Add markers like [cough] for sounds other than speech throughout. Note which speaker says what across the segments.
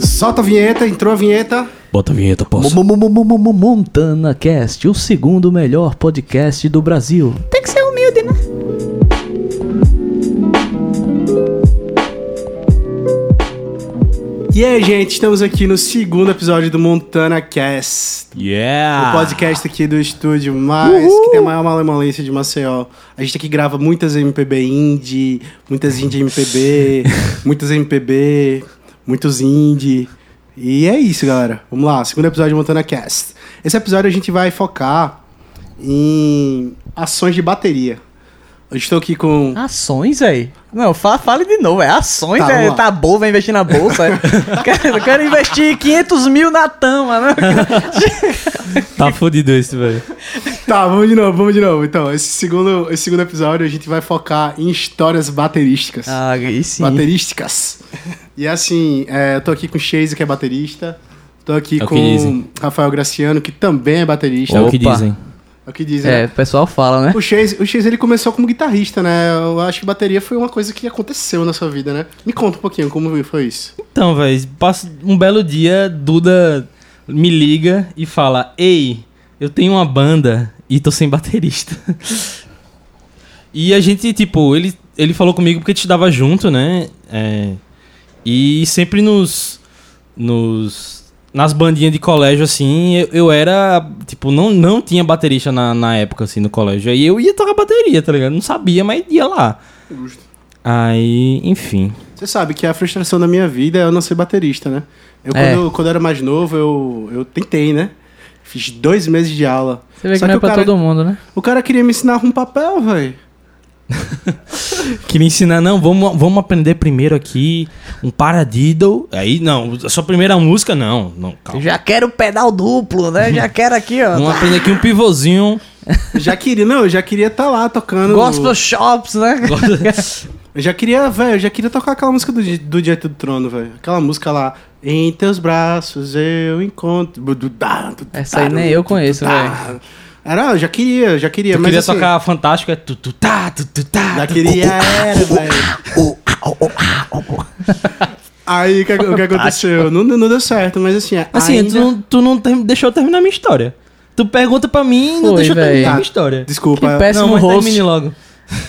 Speaker 1: Solta a vinheta, entrou a vinheta.
Speaker 2: Bota a vinheta, posso.
Speaker 3: Montana Cast, o segundo melhor podcast do Brasil.
Speaker 4: Tem que ser humilde, né?
Speaker 1: E aí, gente, estamos aqui no segundo episódio do Montana Cast.
Speaker 2: Yeah!
Speaker 1: O podcast aqui do estúdio mais, que tem a maior malemolência de Maceió. A gente aqui grava muitas MPB indie, muitas indie MPB, muitas MPB, muitos indie. E é isso, galera. Vamos lá, segundo episódio do Montana Cast. Esse episódio a gente vai focar em ações de bateria. Eu estou aqui com
Speaker 4: Ações, velho. Não, fa- fale de novo, é ações,
Speaker 1: Tá,
Speaker 4: é
Speaker 1: vamos lá.
Speaker 4: Tá bom, vai investir na bolsa. é.
Speaker 3: [laughs]
Speaker 4: quero, quero investir 500 mil na tama, né?
Speaker 2: Tá fudido esse, velho.
Speaker 1: Tá, vamos de novo, vamos de novo. Então, esse segundo, esse segundo episódio a gente vai focar em histórias baterísticas.
Speaker 4: Ah, e sim.
Speaker 1: Baterísticas. E assim, é, eu tô aqui com o Chase, que é baterista. Tô aqui
Speaker 2: É o
Speaker 1: com
Speaker 2: que dizem.
Speaker 1: o Rafael Graciano, que também é baterista.
Speaker 2: É o que
Speaker 3: Opa.
Speaker 2: dizem.
Speaker 1: É o que dizem.
Speaker 3: É,
Speaker 1: né?
Speaker 3: o pessoal fala, né?
Speaker 1: O Chase, o Chase, ele começou como guitarrista, né? Eu acho que bateria foi uma coisa que aconteceu na sua vida, né? Me conta um pouquinho como foi isso.
Speaker 2: Então, velho, passa um belo dia, Duda me liga e fala: Ei, eu tenho uma banda e tô sem baterista. [laughs] e a gente, tipo, ele, ele falou comigo porque a gente estudava junto, né? É, e sempre nos. nos nas bandinhas de colégio, assim, eu, eu era. Tipo, não, não tinha baterista na, na época, assim, no colégio. Aí eu ia tocar bateria, tá ligado? Não sabia, mas ia lá. Aí, enfim.
Speaker 1: Você sabe que a frustração da minha vida é eu não ser baterista, né? Eu,
Speaker 3: É.
Speaker 1: quando, eu- quando eu era mais novo, eu, eu tentei, né? Fiz dois meses de aula.
Speaker 3: Você vê que
Speaker 1: Só
Speaker 3: não é
Speaker 1: o
Speaker 3: pra
Speaker 1: cara-
Speaker 3: todo mundo, né?
Speaker 1: O cara queria me ensinar um papel, velho.
Speaker 2: Queria ensinar, não, vamos, vamos aprender primeiro aqui um paradiddle. Aí, não, a sua primeira música, não. não calma.
Speaker 4: Já quero pedal duplo, né? Já quero aqui, ó.
Speaker 2: Vamos aprender aqui um pivôzinho.
Speaker 1: Já queria, não, eu já queria estar lá tocando.
Speaker 4: Gospel Shops, né?
Speaker 1: Eu já queria, velho, eu já queria tocar aquela música do, Di- do Diante do Trono, velho. Aquela música lá. Em teus braços eu encontro. Bu- du- dá, du-
Speaker 3: Essa aí
Speaker 1: dá,
Speaker 3: nem
Speaker 1: du-
Speaker 3: eu
Speaker 1: du-
Speaker 3: conheço,
Speaker 1: dá.
Speaker 3: velho.
Speaker 1: Era, eu já queria, eu já queria,
Speaker 2: Eu
Speaker 1: mas.
Speaker 2: queria
Speaker 1: assim,
Speaker 2: tocar fantástico, é tu, tu, tá, tu, tu, tá.
Speaker 1: Já
Speaker 2: tu,
Speaker 1: queria,
Speaker 2: tu.
Speaker 1: era, velho. Aí o que, o que aconteceu? Não, não deu certo, mas assim.
Speaker 2: Assim,
Speaker 1: ainda-
Speaker 2: tu, não- tu não tem- deixou eu terminar minha história. Tu pergunta pra mim e não
Speaker 3: Foi,
Speaker 2: deixou eu terminar
Speaker 3: véi.
Speaker 2: minha história.
Speaker 1: Desculpa.
Speaker 3: Que péssimo
Speaker 2: não, mas
Speaker 3: host.
Speaker 2: termine logo.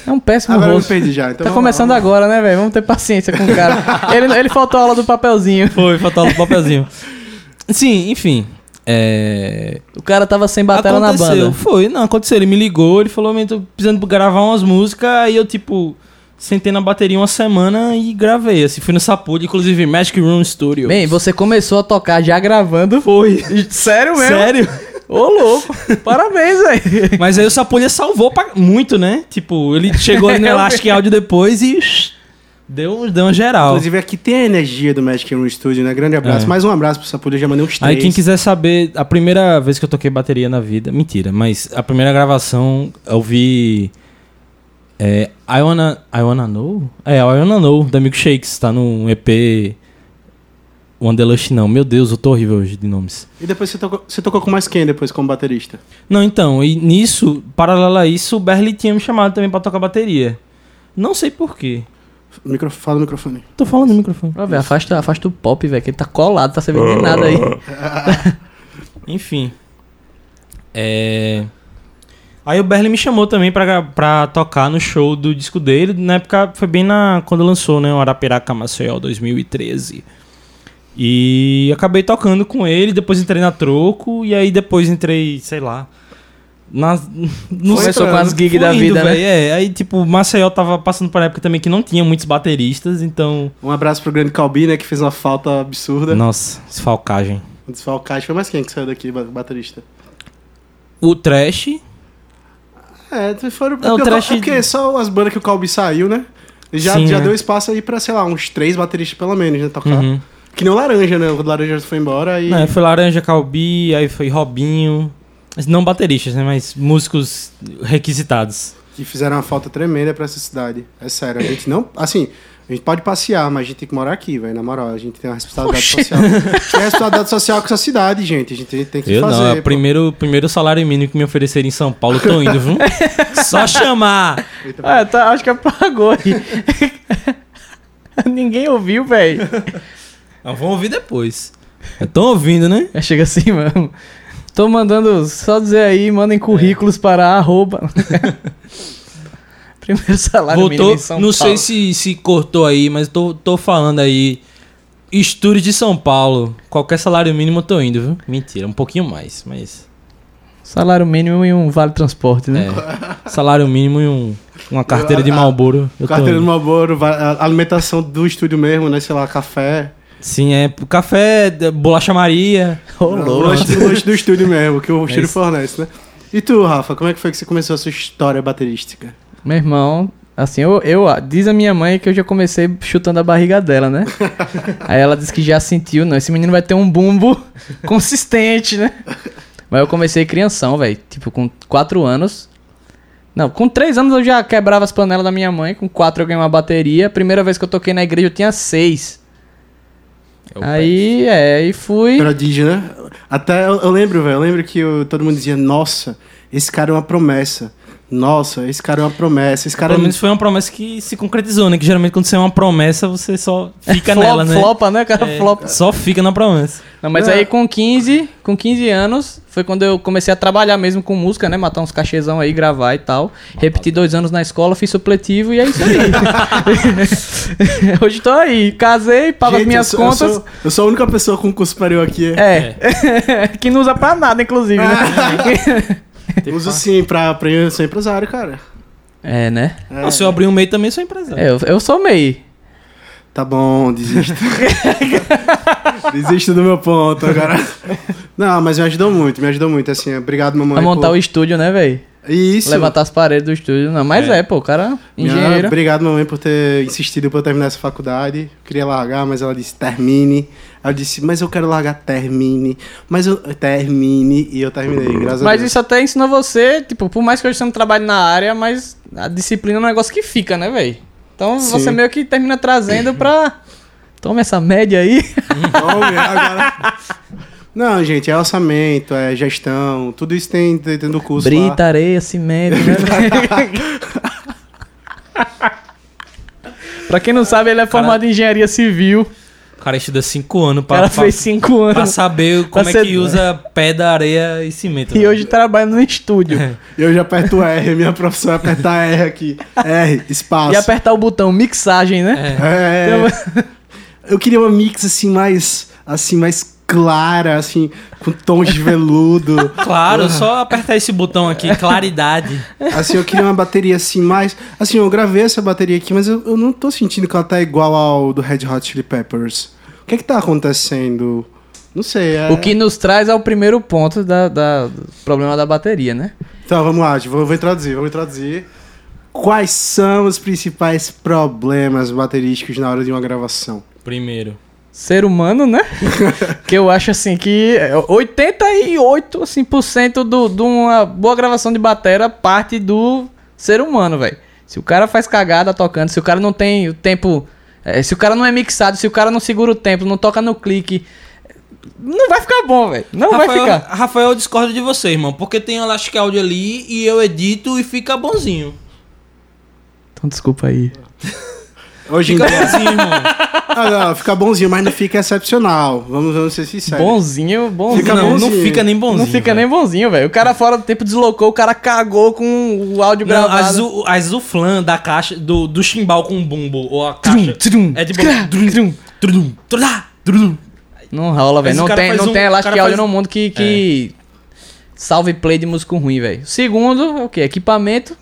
Speaker 3: É um péssimo
Speaker 1: Agora eu me
Speaker 3: rosto.
Speaker 1: perdi já. Então
Speaker 3: tá
Speaker 1: vamos lá,
Speaker 3: começando
Speaker 1: vamos lá.
Speaker 3: agora, né, velho? Vamos ter paciência com o cara. ele, ele faltou a aula do papelzinho.
Speaker 2: Foi, faltava o papelzinho. [laughs] Sim, enfim. É...
Speaker 3: O cara tava sem batalha na
Speaker 2: aconteceu,
Speaker 3: banda.
Speaker 2: Foi, não, aconteceu. Ele me ligou, ele falou, "Man, tô precisando gravar umas músicas, aí eu, tipo, sentei na bateria uma semana e gravei, assim, fui no Sapulho, inclusive Magic Room Studio.
Speaker 3: Bem, você começou a tocar já gravando. Foi. Sério mesmo?
Speaker 2: [laughs] Sério?
Speaker 3: Ô,
Speaker 2: [laughs]
Speaker 3: louco. Parabéns, velho.
Speaker 2: Mas aí o Sapulha salvou pra- muito, né? Tipo, ele
Speaker 3: [laughs]
Speaker 2: chegou
Speaker 3: É,
Speaker 2: ali no Elastic Audio depois e [laughs] shh, deu, deu uma geral.
Speaker 1: Inclusive, aqui tem a energia do Magic Room Studio, né? Grande abraço.
Speaker 2: É.
Speaker 1: Mais um abraço pro Sapulho, já mandei uns três.
Speaker 2: Aí quem quiser saber, a primeira vez que eu toquei bateria na vida, mentira, mas a primeira gravação eu vi é, I Wanna, I Wanna Know? É, I Wanna Know, da Milkshakes, tá no EP One Deluxe não, meu Deus, eu tô horrível hoje de nomes.
Speaker 1: E depois você tocou, você tocou com mais quem depois como baterista?
Speaker 2: Não, então, e nisso, paralelo a isso, o Berli tinha me chamado também pra tocar bateria. Não sei porquê.
Speaker 1: Micro, fala no microfone.
Speaker 2: Tô falando no microfone.
Speaker 3: Ó, velho, afasta, afasta o pop, velho, que ele tá colado, tá servindo de nada aí.
Speaker 2: Enfim. É... Aí o Berlim me chamou também pra, gra- pra tocar no show do disco dele. Na época foi bem na quando lançou, né? O Arapiraca Maceió 2013. E acabei tocando com ele, depois entrei na Troco, e aí depois entrei, sei lá. Na, [laughs] não
Speaker 3: Começou
Speaker 2: sei,
Speaker 3: com as gigs
Speaker 2: fui
Speaker 3: da vida, né?
Speaker 2: véi, é. aí tipo, Maceió tava passando por uma época também que não tinha muitos bateristas, então.
Speaker 1: Um abraço pro grande Calbi, né? Que fez uma falta absurda.
Speaker 2: Nossa, desfalcagem.
Speaker 1: O desfalcagem. Foi mais quem que saiu daqui, ba- baterista?
Speaker 2: O Trash,
Speaker 1: É, foram...
Speaker 2: É, o
Speaker 1: porque eu-
Speaker 2: trash-
Speaker 1: é porque só as bandas que o Calbi saiu, né? Já,
Speaker 2: Sim,
Speaker 1: já
Speaker 2: né?
Speaker 1: deu espaço aí pra, sei lá, uns três bateristas pelo menos, né? Tocar.
Speaker 2: Uhum. É,
Speaker 1: Que nem o Laranja, né? O Laranja foi embora e...
Speaker 2: Não, aí foi Laranja Calbi, aí foi Robinho. Mas Não bateristas, né? Mas músicos requisitados.
Speaker 1: Que fizeram uma falta tremenda pra essa cidade. É sério, a gente não... Assim... A gente pode passear, mas a gente tem que morar aqui, velho. Na moral, a gente tem uma responsabilidade social. Tem a responsabilidade social com essa cidade, gente. A gente tem que
Speaker 2: Eu
Speaker 1: fazer.
Speaker 2: não, é
Speaker 1: pô.
Speaker 2: o primeiro, primeiro salário mínimo que me ofereceram em São Paulo, tô indo, viu? Só chamar! É,
Speaker 3: Ah, tá,
Speaker 2: [laughs]
Speaker 3: acho que apagou aí. Ninguém ouviu, velho.
Speaker 2: Mas vamos ouvir depois. Estão ouvindo, né?
Speaker 3: É,
Speaker 4: Aí chega assim, mano. Tô mandando, só dizer aí, mandem currículos para
Speaker 3: [laughs]
Speaker 4: arroba. Primeiro salário mínimo
Speaker 2: Voltou,
Speaker 4: em São
Speaker 2: não sei
Speaker 4: Paulo.
Speaker 2: se, se cortou aí, mas tô, tô falando aí. Estúdio de São Paulo. Qualquer salário mínimo eu tô indo, viu? Mentira, um pouquinho mais, mas.
Speaker 4: Salário mínimo e um vale transporte, [laughs] né?
Speaker 2: É. Salário mínimo e um, uma carteira de Malboro. Eu tô
Speaker 1: Carteira do
Speaker 2: indo.
Speaker 1: Malboro, va- a alimentação do estúdio mesmo, né? Sei lá, café.
Speaker 2: Sim, é. Café, de- bolacha Maria.
Speaker 1: O lanche, o lanche do estúdio mesmo,
Speaker 2: É
Speaker 1: que o Cheiro fornece, né? E tu, Rafa, como é que foi que você começou a sua história baterística?
Speaker 4: Meu irmão, assim, eu, eu- diz a minha mãe que eu já comecei chutando a barriga dela,
Speaker 2: [laughs]
Speaker 4: né? Aí ela disse que já sentiu, não, esse menino vai ter
Speaker 2: [laughs]
Speaker 4: um bumbo consistente, né? Mas eu comecei crianção, velho, tipo com 4 anos. Não, com 3 anos eu já quebrava as panelas da minha mãe, com 4 eu ganhei uma bateria. Primeira vez que eu toquei na igreja eu tinha 6.
Speaker 2: É o
Speaker 4: Aí, é, e fui.
Speaker 1: Prodígio, né? Até eu, eu lembro, velho. Eu lembro que eu- todo mundo dizia: Nossa, esse cara é uma promessa. Nossa, esse cara é uma promessa. Esse cara
Speaker 2: Pelo
Speaker 1: é.
Speaker 2: menos foi uma promessa que se concretizou, né? Que geralmente quando você é uma promessa, você só fica
Speaker 4: flop-
Speaker 2: nela, né?
Speaker 4: Flopa, né? O cara
Speaker 2: É,
Speaker 4: flopa.
Speaker 2: Só fica na promessa.
Speaker 4: Não, mas
Speaker 1: É.
Speaker 4: aí com 15, com 15 anos, foi quando eu comecei a trabalhar mesmo com música, né? Matar uns cachezão aí, gravar e tal. Repeti dois anos na escola, fiz supletivo e é isso aí. [laughs] Hoje tô aí, casei, pago as
Speaker 1: Gente,
Speaker 4: minhas
Speaker 1: eu sou-
Speaker 4: contas.
Speaker 1: Eu sou, eu sou a única pessoa com curso superior aqui. É.
Speaker 4: É, [laughs] que não usa pra nada, inclusive, né? [laughs]
Speaker 1: Uso sim pra, pra eu ser empresário, cara.
Speaker 4: é, né?
Speaker 1: É.
Speaker 2: Ah, se eu abrir um meio também, sou empresário.
Speaker 4: É, eu, eu sou meio.
Speaker 1: Tá bom, desisto.
Speaker 4: [laughs]
Speaker 1: desisto do meu ponto, cara. Não, mas me ajudou muito, me ajudou muito. Assim, obrigado, mamãe.
Speaker 4: Pra montar o
Speaker 1: por...
Speaker 4: estúdio, né, velho?
Speaker 1: Isso.
Speaker 4: Levantar as paredes do estúdio. Não, mas é, pô, o cara,
Speaker 1: Minha-
Speaker 4: engenheiro.
Speaker 1: Obrigado, mamãe, por ter insistido pra eu terminar essa faculdade. Eu Queria largar, mas ela disse, termine. Ela disse, mas eu quero largar, termine. Mas eu. Termine. E eu terminei, graças a
Speaker 4: Mas
Speaker 1: Deus.
Speaker 4: isso até ensinou você, tipo, por mais que hoje você não trabalhe na área, mas a disciplina é um negócio que fica, né, velho? Então
Speaker 1: Sim.
Speaker 4: você meio que termina
Speaker 1: [laughs]
Speaker 4: trazendo pra. Toma essa média aí.
Speaker 1: Vamos ver agora. Não, gente, é orçamento, é gestão, tudo isso tem dentro do curso. tá? lá.
Speaker 4: Brita, areia, cimento, né? [laughs] pra quem não sabe, ele é formado em engenharia civil.
Speaker 2: O cara estuda cinco anos
Speaker 4: O É. cara
Speaker 2: pra, pra,
Speaker 4: fez cinco
Speaker 2: pra
Speaker 4: anos.
Speaker 2: saber
Speaker 4: pra
Speaker 2: como é
Speaker 4: ser-
Speaker 2: que usa pedra, areia e cimento.
Speaker 4: E
Speaker 2: né?
Speaker 4: hoje trabalha no estúdio.
Speaker 1: E Eu já aperto R, minha profissão é apertar R aqui. R, espaço.
Speaker 4: E apertar o botão mixagem, né?
Speaker 2: É.
Speaker 1: É, Eu queria uma mix assim mais assim mais clara, assim, com tons de veludo.
Speaker 2: Claro, só apertar esse botão aqui,
Speaker 4: [laughs]
Speaker 2: claridade.
Speaker 1: Assim, eu queria uma bateria assim mais, assim, eu gravei essa bateria aqui, mas eu, eu não tô sentindo que ela tá igual ao do Red Hot Chili Peppers. O que é que tá acontecendo? Não sei, é...
Speaker 4: O que nos traz ao primeiro ponto da, da- do problema da bateria, né?
Speaker 1: Então, vamos lá, Ju, vou, vou introduzir, vou introduzir. Quais são os principais problemas baterísticos na hora de uma gravação?
Speaker 2: Primeiro.
Speaker 4: ser humano,
Speaker 2: [laughs]
Speaker 4: né? que eu acho assim que 88% assim, por cento do, de uma boa gravação de batera parte do ser humano, velho. Se o cara faz cagada tocando, se o cara não tem o tempo. eh, se o cara não é mixado, se o cara não segura o tempo, não toca no clique. Não vai ficar bom, velho. Não vai
Speaker 2: Rafael,
Speaker 4: ficar.
Speaker 2: Rafael, eu discordo de você, irmão, porque tem o Elastic Audio ali e eu edito e fica bonzinho.
Speaker 4: Então desculpa aí.
Speaker 1: Hoje em
Speaker 2: Fica
Speaker 4: Então.
Speaker 1: dia.
Speaker 2: bonzinho,
Speaker 4: [laughs]
Speaker 2: irmão.
Speaker 1: [laughs] Ah, não, fica bonzinho, mas não fica excepcional. Vamos, vamos ser sinceros.
Speaker 4: Bonzinho, bonzinho.
Speaker 1: Fica
Speaker 2: não, não
Speaker 1: bonzinho.
Speaker 2: fica nem bonzinho.
Speaker 4: não fica
Speaker 2: velho.
Speaker 4: nem bonzinho, velho. O cara fora do tempo deslocou, o cara cagou com o áudio
Speaker 2: Não,
Speaker 4: gravado.
Speaker 2: as, o- as o flan da caixa, do, do chimbal com bumbo, ou a caixa.
Speaker 4: trum,
Speaker 2: é de
Speaker 4: crá,
Speaker 2: bom. Trum, trum, trudá, trum.
Speaker 4: Não rola, velho.
Speaker 2: Mas
Speaker 4: Não
Speaker 2: o cara
Speaker 4: tem,
Speaker 2: faz
Speaker 4: não
Speaker 2: um-
Speaker 4: tem
Speaker 2: o
Speaker 4: elástico
Speaker 2: cara
Speaker 4: de áudio
Speaker 2: faz- É.
Speaker 4: no mundo que, que salve play de músico ruim, velho. Segundo, é o quê? Equipamento.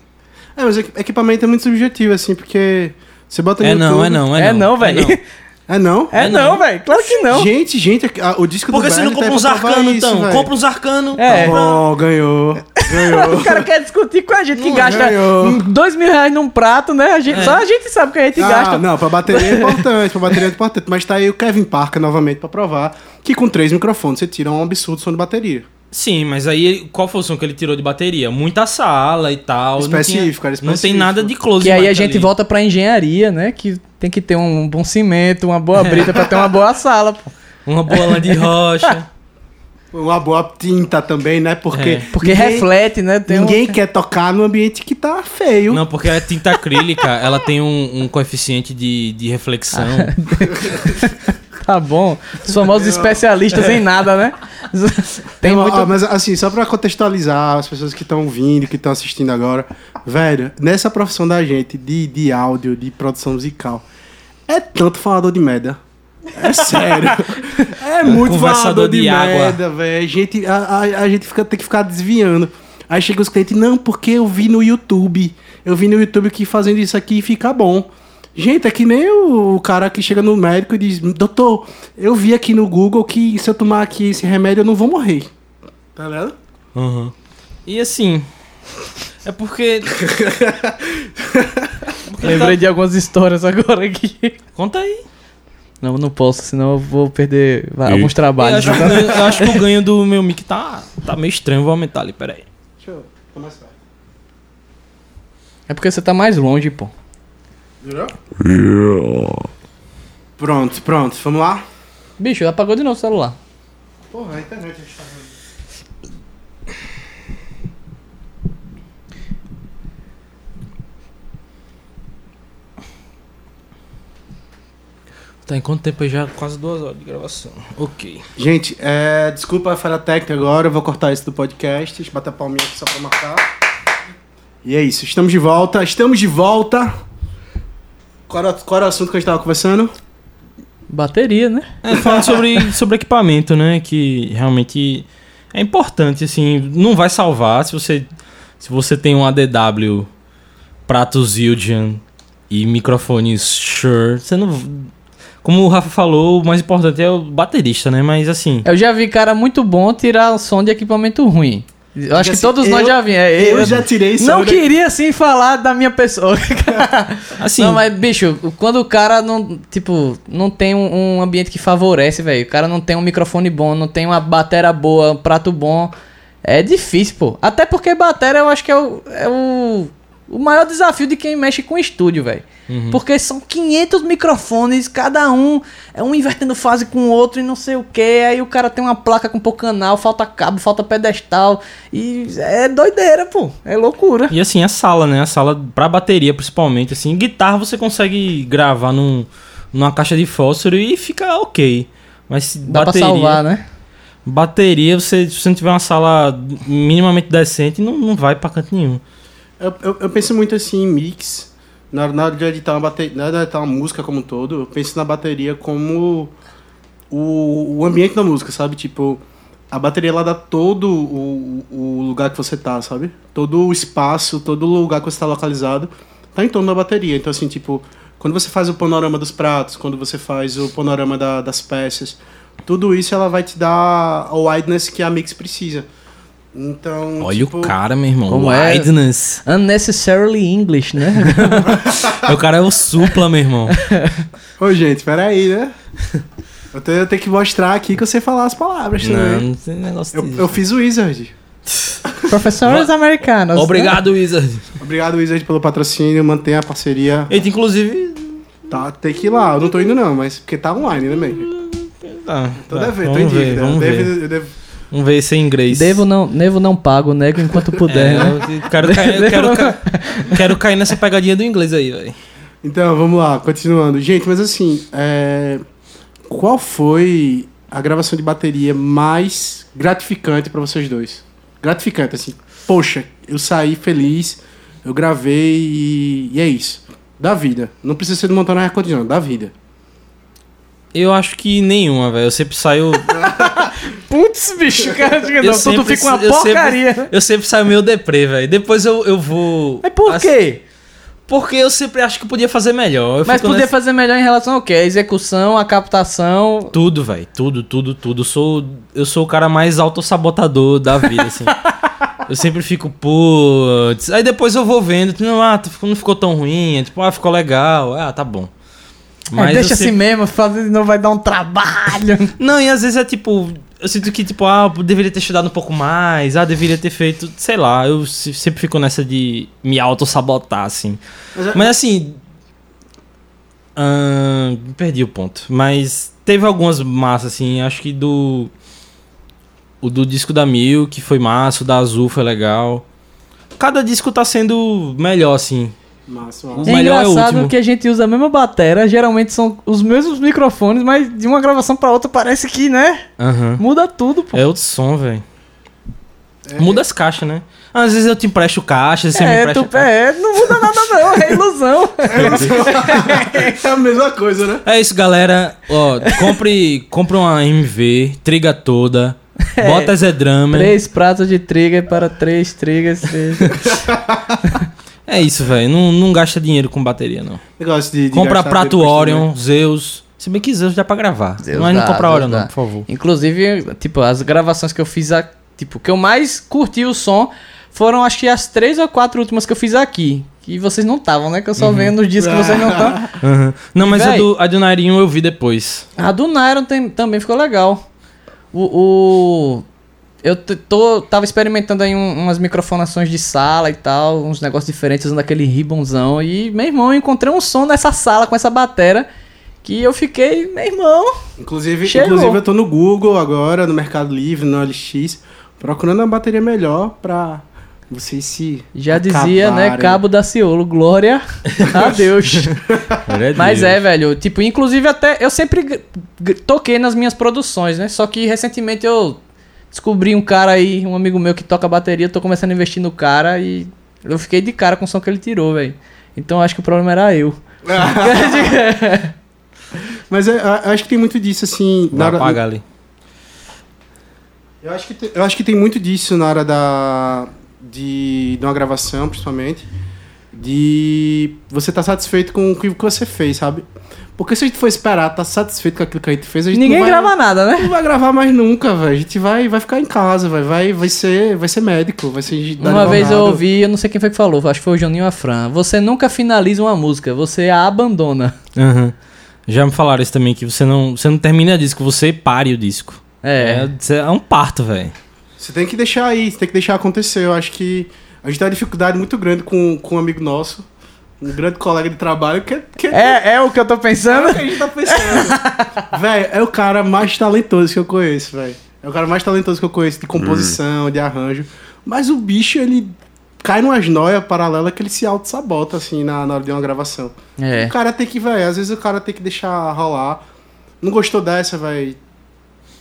Speaker 1: É, mas equi- equipamento é muito subjetivo, assim, porque você bota no
Speaker 2: É não,
Speaker 1: YouTube-
Speaker 2: é não, é não.
Speaker 4: É não, velho. [laughs]
Speaker 1: É não?
Speaker 4: É,
Speaker 2: É não.
Speaker 4: não, velho. Claro que não.
Speaker 1: Gente, gente, a- o disco
Speaker 2: Porque
Speaker 1: do
Speaker 2: você não
Speaker 1: Bernie tá
Speaker 2: compra
Speaker 1: aí
Speaker 2: uns
Speaker 1: pra provar
Speaker 2: arcanos,
Speaker 1: isso,
Speaker 2: então.
Speaker 1: velho.
Speaker 2: Compra uns tá arcanos.
Speaker 4: É.
Speaker 1: Bom, ganhou.
Speaker 2: [laughs]
Speaker 1: Ganhou.
Speaker 4: [laughs] O cara quer discutir com a gente que
Speaker 1: Não
Speaker 4: gasta
Speaker 1: ganhou.
Speaker 4: dois mil reais num prato, né? A
Speaker 2: É.
Speaker 4: gente- Só a gente sabe que a gente
Speaker 1: Ah,
Speaker 4: gasta.
Speaker 1: não, pra bateria é importante, pra bateria é importante. Mas tá aí o Kevin Parker novamente pra provar que com três microfones você tira um absurdo som de bateria.
Speaker 2: Sim, mas aí qual foi o som que ele tirou de bateria? Muita sala e tal. não tinha-
Speaker 1: Específico, era
Speaker 2: Não tem
Speaker 1: específico.
Speaker 2: nada de close
Speaker 4: Que aí
Speaker 2: mic
Speaker 4: a gente
Speaker 2: ali.
Speaker 4: volta pra engenharia, né? Que tem que ter um bom cimento, uma
Speaker 2: É.
Speaker 4: boa brita pra ter uma boa sala, pô.
Speaker 2: Uma bola
Speaker 4: [laughs]
Speaker 2: de rocha.
Speaker 1: Uma boa tinta também, né? Porque.
Speaker 2: É.
Speaker 4: Porque
Speaker 1: ninguém-
Speaker 4: reflete, né? Tem um-
Speaker 1: Ninguém quer tocar no ambiente que tá feio.
Speaker 2: não, porque a tinta
Speaker 4: [laughs] Ah,
Speaker 2: acrílica, ela tem um, um coeficiente de, de reflexão.
Speaker 4: tá bom. Os famosos especialistas em nada, né? Tem
Speaker 1: Não,
Speaker 4: é muito.
Speaker 1: ó, mas assim, só pra contextualizar as pessoas que estão vindo, que estão assistindo agora, velho, nessa profissão da gente de, de áudio, de produção musical, é tanto falador de merda. É sério. É muito
Speaker 2: conversador
Speaker 1: falador de,
Speaker 2: de água.
Speaker 1: merda, velho. A gente, a, a, a gente fica, tem que ficar desviando. Aí chega os clientes, não, porque eu vi no YouTube. Eu vi no YouTube que fazendo isso aqui fica bom. Gente, é que nem o cara que chega no médico e diz, doutor, eu vi aqui no Google que se eu tomar aqui esse remédio eu não vou morrer. Tá ligado?
Speaker 2: E assim. É [laughs] porque. tá- porque
Speaker 1: Então-
Speaker 4: Lembrei de algumas histórias agora aqui.
Speaker 2: tá- Conta aí.
Speaker 4: Não, não posso, senão eu vou perder va-
Speaker 5: E-
Speaker 4: alguns
Speaker 2: Eu
Speaker 4: trabalhos.
Speaker 2: acho, que o ganho, eu acho que o ganho do meu mic tá, tá meio estranho, vou aumentar ali, peraí.
Speaker 1: Deixa eu começar.
Speaker 4: É porque você tá mais longe, pô.
Speaker 1: Pronto, pronto, vamos lá.
Speaker 4: Bicho, apagou de novo o celular.
Speaker 1: Porra, a internet é está
Speaker 2: Tá, em quanto tempo aí já? Quase duas horas de gravação. Ok.
Speaker 1: Gente, é, desculpa a falha técnica agora, eu vou cortar isso do podcast. Deixa eu bater a palminha aqui só pra marcar. E é isso, estamos de volta, estamos de volta. Qual era, qual era o assunto que a gente tava conversando?
Speaker 4: Bateria, né?
Speaker 2: É, falando sobre, sobre equipamento, né? Que realmente é importante, assim. Não vai salvar se você, se você tem um ADW, pratos Zildjian e microfones Shure. Você não. Como o Rafa falou, o mais importante é o baterista, né? Mas assim.
Speaker 4: Eu já vi cara muito bom tirar som de equipamento ruim. Eu acho que
Speaker 1: assim,
Speaker 4: todos nós
Speaker 1: eu-
Speaker 4: já vimos. É,
Speaker 1: Eu já tirei isso.
Speaker 4: Não
Speaker 1: né?
Speaker 4: queria assim falar da minha pessoa.
Speaker 2: Assim,
Speaker 4: Não, mas, bicho, quando o cara não, tipo, não tem um, um ambiente que favorece, velho. O cara não tem um microfone bom, não tem uma batera boa, um prato bom. É difícil, pô. Até porque batera eu acho que é o, é o, o maior desafio de quem mexe com estúdio, velho. Porque são 500 microfones, cada um é um invertendo fase com o outro e não sei o que. Aí o cara tem uma placa com pouco canal, falta cabo, falta pedestal. E é doideira, pô. É loucura.
Speaker 2: E assim, a sala, né? A sala pra bateria, principalmente. Assim, guitarra você consegue gravar num, numa caixa de fósforo e fica ok. Mas se
Speaker 4: Dá
Speaker 2: bateria,
Speaker 4: pra salvar, né?
Speaker 2: bateria, você, se você não tiver uma sala minimamente decente, não, não vai pra canto nenhum.
Speaker 1: Eu, eu, eu penso muito assim em mix. Na hora, na hora de editar uma bateria, na hora de editar uma música como um todo, eu penso na bateria como o, o ambiente da música, sabe? Tipo, a bateria ela dá todo o, o lugar que você tá, sabe? Todo o espaço, todo o lugar que você tá localizado, tá em torno da bateria. Então, assim, tipo, quando você faz o panorama dos pratos, quando você faz o panorama da- das peças, tudo isso ela vai te dar a wideness que a mix precisa. Então,
Speaker 2: Olha
Speaker 1: tipo,
Speaker 2: o cara, meu irmão.
Speaker 4: Como é?
Speaker 2: Wideness.
Speaker 4: Unnecessarily English, né?
Speaker 2: [laughs] o cara é o supla, meu [laughs] irmão.
Speaker 1: Ô, gente, peraí, né? Eu tenho, eu tenho que mostrar aqui que eu sei falar as palavras
Speaker 2: não,
Speaker 1: também.
Speaker 2: não tem negócio
Speaker 1: Eu,
Speaker 2: disso.
Speaker 1: eu fiz o Wizard.
Speaker 4: Professores
Speaker 1: né?
Speaker 4: americanos. né?
Speaker 2: Obrigado, Wizard.
Speaker 1: Obrigado, Wizard, pelo patrocínio. Mantenha a parceria.
Speaker 2: Eita, inclusive.
Speaker 1: Tá, tem que ir lá. Eu não tô indo, não, mas porque tá online também.
Speaker 2: Tá,
Speaker 1: Tô
Speaker 2: tá,
Speaker 1: devendo, Então tô em
Speaker 2: vamos ver,
Speaker 1: dívida.
Speaker 2: vamos
Speaker 1: Deve-
Speaker 2: ver.
Speaker 1: eu devo-
Speaker 2: Vamos ver se é em inglês.
Speaker 4: Devo não, devo não pago, nego enquanto puder. né?
Speaker 2: É, eu quero, cair, eu [laughs] quero, ca- quero cair nessa pegadinha do inglês aí, velho.
Speaker 1: Então, vamos lá, continuando. Gente, mas assim, é, qual foi a gravação de bateria mais gratificante pra vocês dois? Gratificante, assim. Poxa, eu saí feliz, eu gravei e, e é isso. Da vida. Não precisa ser do Montana Record, não. Da vida.
Speaker 2: Eu acho que nenhuma, velho. Eu
Speaker 1: [laughs]
Speaker 2: sempre saio.
Speaker 4: Putz, bicho, o cara diga
Speaker 2: Eu sempre- eu Sempre, eu sempre saio meio deprê, velho. Depois eu, eu vou.
Speaker 4: Mas por
Speaker 2: As-
Speaker 4: quê?
Speaker 2: Porque eu sempre acho que podia fazer melhor. Assim, Eu
Speaker 4: Mas
Speaker 2: fico
Speaker 4: poder
Speaker 2: nessa-
Speaker 4: fazer melhor em relação ao quê? A execução, a captação.
Speaker 2: Tudo, velho. Tudo, tudo, tudo. Eu sou, eu sou o cara mais autossabotador da vida,
Speaker 4: [laughs]
Speaker 2: assim. eu sempre fico, putz. Aí depois eu vou vendo. tipo, Não, ah, tu ficou- não ficou tão ruim. Tipo, ah, ficou legal. Ah, tá bom.
Speaker 4: É,
Speaker 2: eu
Speaker 4: deixa assim
Speaker 2: sempre-
Speaker 4: mesmo, fazer não vai dar um trabalho.
Speaker 2: Não, e às vezes é tipo. Eu sinto que, tipo, ah, eu deveria ter estudado um pouco mais, ah, deveria ter feito. Sei lá, eu se- sempre fico nessa de me auto-sabotar, assim.
Speaker 1: Mas é-
Speaker 2: Mas assim. ahn, perdi o ponto. Mas teve algumas massas, assim, acho que do. O do disco da Mil, que foi massa, o da Azul foi legal. Cada disco tá sendo melhor, assim.
Speaker 1: [laughs] Massa,
Speaker 2: [laughs] O
Speaker 1: massa.
Speaker 4: É
Speaker 2: melhor é o
Speaker 4: engraçado
Speaker 2: último.
Speaker 4: que a gente usa a mesma batera, geralmente são os mesmos microfones, mas de uma gravação pra outra parece que, né?
Speaker 2: Aham.
Speaker 4: Muda tudo, pô.
Speaker 2: É outro som, velho. Muda as caixas, né? Às vezes eu te empresto caixa, você me
Speaker 4: É,
Speaker 2: empresta.
Speaker 4: tu, é, não muda nada não, é ilusão.
Speaker 1: É a mesma coisa, né?
Speaker 2: É isso, galera. Ó, compre, compre uma MV, triga
Speaker 4: [laughs]
Speaker 2: toda, bota Zé Drama.
Speaker 4: É. três pratos de trigger para três triggers. três-
Speaker 2: É isso, velho. Não, não gasta dinheiro com bateria, não.
Speaker 1: Negócio de. de
Speaker 2: Compra
Speaker 1: gastar
Speaker 2: prato
Speaker 1: depois
Speaker 2: Orion, Zeus. Se bem que Zeus dá pra gravar.
Speaker 4: né? Zeus
Speaker 2: Mas não
Speaker 4: dá,
Speaker 2: compra
Speaker 4: Zeus
Speaker 2: Orion,
Speaker 4: dá.
Speaker 2: não, por favor.
Speaker 4: Inclusive, tipo, as gravações que eu fiz, a, tipo, que eu mais curti o som foram, acho que as três ou quatro últimas que eu fiz aqui. Que vocês não estavam, né? Que eu só vendo os dias que vocês
Speaker 2: [laughs]
Speaker 4: não estão.
Speaker 2: Aham. Não, mas a
Speaker 4: Véi.
Speaker 2: do, a do Nairinho eu vi
Speaker 4: [laughs]
Speaker 2: depois.
Speaker 4: A do Nairon tem- também ficou legal. O. o- eu t- tô, tava experimentando aí um- umas microfonações de sala e tal, uns negócios diferentes usando aquele ribbonzão. E, meu irmão, eu encontrei um som nessa sala com essa batera que eu fiquei, meu irmão.
Speaker 1: Inclusive,
Speaker 4: Chegou.
Speaker 1: inclusive, eu tô no Google agora, no Mercado Livre, no LX, procurando uma bateria melhor pra vocês se.
Speaker 4: Já dizia, né?
Speaker 1: acabarem.
Speaker 4: Cabo da Ciolo, [laughs] glória a Deus. Mas é, velho. Tipo, inclusive até eu sempre gr- gr- toquei nas minhas produções, né? Só que recentemente eu descobri um cara aí, um amigo meu que toca bateria, eu tô começando a investir no cara e eu fiquei de cara com o som que ele tirou, velho. Então acho que o problema era eu.
Speaker 1: [laughs] Mas é, a- acho que tem muito disso, assim. na
Speaker 2: Vai
Speaker 1: hora-
Speaker 2: apagar ali.
Speaker 1: eu, acho que tem, eu acho que tem muito disso na hora da. De, de uma gravação, principalmente. De você tá satisfeito com o que você fez, sabe? Porque se a gente for esperar, tá satisfeito com aquilo que a gente fez, a gente
Speaker 4: Ninguém
Speaker 1: não vai,
Speaker 4: grava nada, né?
Speaker 1: Não vai gravar mais nunca, velho. A gente vai, vai ficar em casa, vai, vai, vai ser, vai ser médico, vai ser.
Speaker 4: Uma vez eu
Speaker 1: advogado.
Speaker 4: ouvi, eu não sei quem foi que falou, acho que foi o Juninho Afran. Você nunca finaliza uma música, você a abandona.
Speaker 2: Aham. Já me falaram isso também, que você não, você não termina disco, você pare o disco.
Speaker 4: É.
Speaker 2: É, é um parto, velho.
Speaker 1: Você tem que deixar aí, você tem que deixar acontecer. Eu acho que a gente tem uma dificuldade muito grande com, com um amigo nosso, um grande colega de trabalho, que, que
Speaker 4: É, é o que eu tô
Speaker 1: é o
Speaker 4: pensando.
Speaker 1: que a gente tá
Speaker 4: [laughs]
Speaker 1: pensando. velho, é o cara mais talentoso que eu conheço, velho. É o cara mais talentoso que eu conheço de
Speaker 4: Hum.
Speaker 1: composição, de arranjo. Mas o bicho, ele cai numas noias paralelas que ele se auto-sabota, assim, na, na hora de uma gravação.
Speaker 4: É.
Speaker 1: O cara tem que, velho, às vezes o cara tem que deixar rolar. Não gostou dessa, velho?